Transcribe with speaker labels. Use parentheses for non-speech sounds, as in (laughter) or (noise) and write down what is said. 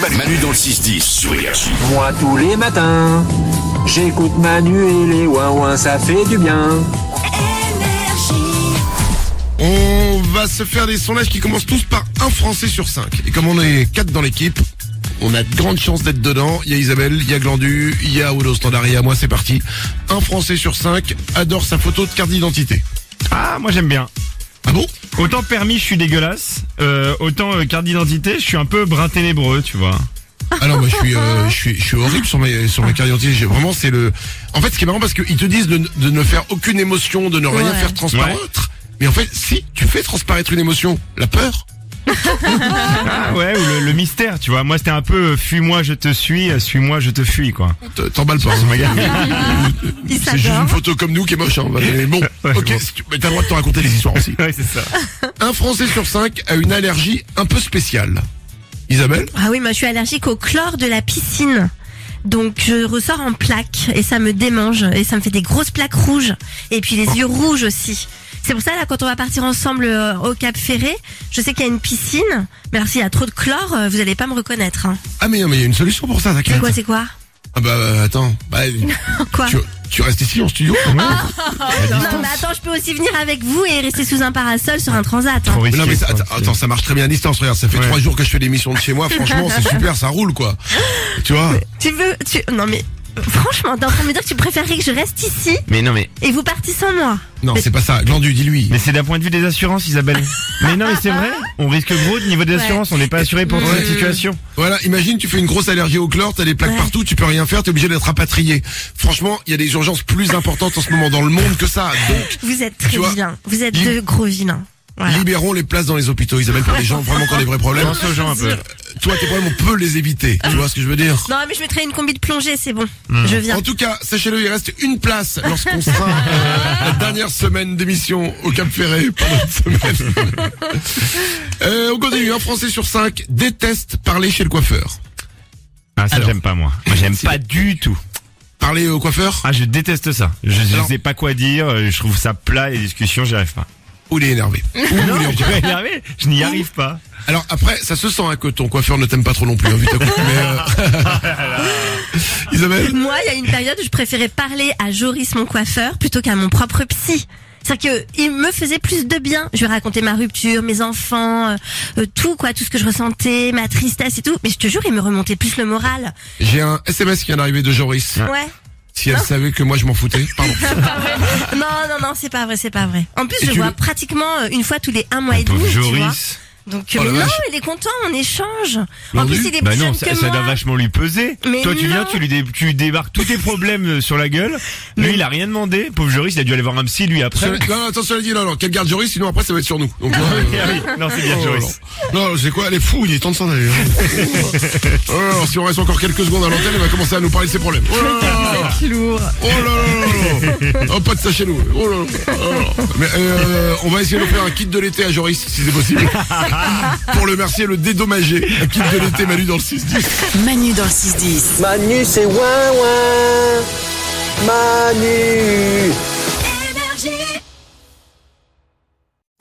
Speaker 1: Manu, Manu dans le 6-10 sur Énergie.
Speaker 2: Moi tous les matins, j'écoute Manu et les Waouin, ça fait du bien.
Speaker 3: On va se faire des sondages qui commencent tous par un Français sur cinq. Et comme on est quatre dans l'équipe, on a de grandes chances d'être dedans. Il y a Isabelle, il y a Glandu, il y a Oudo Standard, il y a moi, c'est parti. Un Français sur cinq adore sa photo de carte d'identité.
Speaker 4: Ah, moi j'aime bien.
Speaker 3: Ah bon
Speaker 4: Autant permis, je suis dégueulasse. Euh, autant euh, carte d'identité, je suis un peu brin ténébreux, tu vois.
Speaker 3: Alors moi je suis, euh, je suis je suis horrible sur mes sur ma carte d'identité. J'ai- Vraiment c'est le. En fait ce qui est marrant parce qu'ils te disent de, de ne faire aucune émotion, de ne rien
Speaker 5: Ouais.
Speaker 3: faire transparaître. Mais en fait si tu fais transparaître une émotion, la peur.
Speaker 4: Ah ouais, ou le, le mystère, tu vois. Moi, c'était un peu euh, fuis-moi, je te suis, euh, suis-moi, je te fuis, quoi. (laughs)
Speaker 3: T- T'emballes pas. hein,
Speaker 5: (laughs)
Speaker 3: C'est juste une photo comme nous qui est moche. Hein. Mais bon,
Speaker 4: (laughs) Ouais,
Speaker 3: ok,
Speaker 4: bon.
Speaker 3: si tu- mais t'as le droit de te raconter des histoires aussi.
Speaker 4: Ouais, c'est ça.
Speaker 3: Un Français sur cinq a une allergie un peu spéciale. Isabelle
Speaker 5: Ah oui, moi je suis allergique au chlore de la piscine. Donc je ressors en plaques et ça me démange et ça me fait des grosses plaques rouges et puis les yeux rouges aussi. C'est pour ça là quand on va partir ensemble euh, au Cap Ferré, je sais qu'il y a une piscine, mais alors s'il y a trop de chlore, euh, vous allez pas me reconnaître. hein.
Speaker 3: Ah mais non, mais il y a une solution pour ça,
Speaker 5: C'est
Speaker 3: t'inquiète.
Speaker 5: quoi, c'est quoi (laughs)
Speaker 3: Ah bah euh, attends, bah,
Speaker 5: Quoi
Speaker 3: tu, tu restes ici en studio
Speaker 5: Oh, Non mais attends, je peux aussi venir avec vous et rester sous un parasol sur un transat. hein.
Speaker 4: Trop
Speaker 3: Mais
Speaker 4: risqué.
Speaker 3: non mais ça,
Speaker 4: quoi.
Speaker 3: attends, attends, ça marche très bien à distance. Regarde, ça fait
Speaker 4: Ouais.
Speaker 3: trois jours que je fais l'émission de chez moi. Franchement,
Speaker 5: (laughs)
Speaker 3: c'est super, ça roule quoi. Tu vois
Speaker 5: Tu veux tu Non mais euh, franchement, t'es en train de me dire que tu préférerais que je reste ici
Speaker 4: Mais non, mais,
Speaker 5: et vous partez sans moi.
Speaker 3: Non, c'est pas ça. Glandu, dis-lui.
Speaker 4: mais c'est d'un point de vue des assurances, Isabelle. mais non, mais c'est vrai. On risque gros du niveau des
Speaker 5: Ouais. Euh.
Speaker 4: assurances. On n'est pas assuré pour
Speaker 3: Ouais.
Speaker 4: cette situation.
Speaker 3: Voilà, imagine, tu fais une grosse allergie au chlore, t'as des plaques
Speaker 5: Ouais.
Speaker 3: partout, tu peux rien faire, t'es obligé d'être rapatrié. Franchement, il y a des urgences plus importantes en ce moment dans le monde que ça. Donc,
Speaker 5: Vous êtes très
Speaker 3: Tu vois,
Speaker 5: vilains. Vous êtes
Speaker 3: il-
Speaker 5: de gros vilains. Voilà.
Speaker 3: libérons les places dans les hôpitaux, Isabelle, pour les gens vraiment qui ont des vrais problèmes. Euh,
Speaker 4: Pense aux gens un peu.
Speaker 3: Toi, tes problèmes, on peut les éviter. Tu vois ce que je veux dire
Speaker 5: Non, mais je mettrai une combi de plongée, c'est bon. Je viens.
Speaker 3: En tout cas, sachez-le, il reste une place lorsqu'on
Speaker 5: (laughs)
Speaker 3: sera euh, la dernière semaine d'émission au Cap Ferré par notre semaine.
Speaker 5: (laughs)
Speaker 3: Euh, on continue, un Français sur cinq déteste parler chez le coiffeur.
Speaker 4: Ah, ça,
Speaker 3: Alors.
Speaker 4: j'aime pas, moi. Moi, j'aime
Speaker 3: Si.
Speaker 4: pas du tout.
Speaker 3: Parler au coiffeur
Speaker 4: Ah, je déteste ça. Je, je
Speaker 3: Alors.
Speaker 4: sais pas quoi dire. euh, Je trouve ça plat, les discussions, j'y arrive pas.
Speaker 3: ou les énerver.
Speaker 4: Non, (laughs) je vais y arriver. Je n'y arrive pas.
Speaker 3: Alors après, ça se sent hein, que ton coiffeur ne t'aime pas trop non plus. hein, vu ta coupe,
Speaker 4: (laughs)
Speaker 3: mais, euh, Isabelle
Speaker 5: Moi, il y a une période où je préférais parler à Joris, mon coiffeur, plutôt qu'à mon propre psy. C'est-à-dire qu'il me faisait plus de bien. Je lui racontais ma rupture, mes enfants, euh, euh, tout quoi, tout ce que je ressentais, ma tristesse et tout. Mais je te jure, il me remontait plus le moral.
Speaker 3: J'ai un SMS qui vient d'arriver de Joris.
Speaker 4: Ah.
Speaker 5: Ouais.
Speaker 3: Si elle savait que moi je m'en foutais, pardon.
Speaker 5: Non, non, non, c'est pas vrai, c'est pas vrai. En plus,
Speaker 3: Et
Speaker 5: je
Speaker 3: tu
Speaker 5: vois
Speaker 3: le-
Speaker 5: pratiquement euh, une fois tous les un mois et
Speaker 4: Pauvre
Speaker 5: demi, tu vois.
Speaker 4: Joris.
Speaker 5: Donc,
Speaker 3: Oh
Speaker 5: euh,
Speaker 3: la
Speaker 5: mais non,
Speaker 3: vache.
Speaker 5: il est content, on échange.
Speaker 3: Non,
Speaker 5: En plus,
Speaker 3: lui-
Speaker 5: il est plus
Speaker 4: Bah non,
Speaker 5: jeune
Speaker 4: ça,
Speaker 5: que
Speaker 4: ça
Speaker 5: moi.
Speaker 4: doit vachement lui peser.
Speaker 5: Mais
Speaker 4: Toi, tu
Speaker 5: non.
Speaker 4: viens, tu lui dé- tu débarques tous tes problèmes euh, sur la gueule. Lui, il a rien demandé. Pauvre Joris, il a dû aller voir un psy lui après.
Speaker 3: Cela- Non, non, attends, cela dit, non, non, qu'elle garde Joris, sinon après ça va être sur nous. Donc, non,
Speaker 4: (laughs) Ah
Speaker 3: euh,
Speaker 4: oui, non, c'est bien
Speaker 3: Oh,
Speaker 4: Joris.
Speaker 3: Non, non, c'est quoi Elle est fou, il est temps de s'en aller. hein. (laughs) Oh, alors, si on reste encore quelques secondes à l'antenne, elle va commencer à nous parler de ses problèmes. Oh là là Oh là là là là. Oh, pas de ça chez nous. Oh là là. Oh là là. Mais, euh, on va essayer de faire un kit de l'été à Joris, si c'est possible.
Speaker 4: (laughs)
Speaker 3: Pour le merci et le dédommager. Un kit de l'été, Manu, dans le 6-10.
Speaker 6: Manu dans le 6-10.
Speaker 2: Manu, c'est ouin ouin. Manu.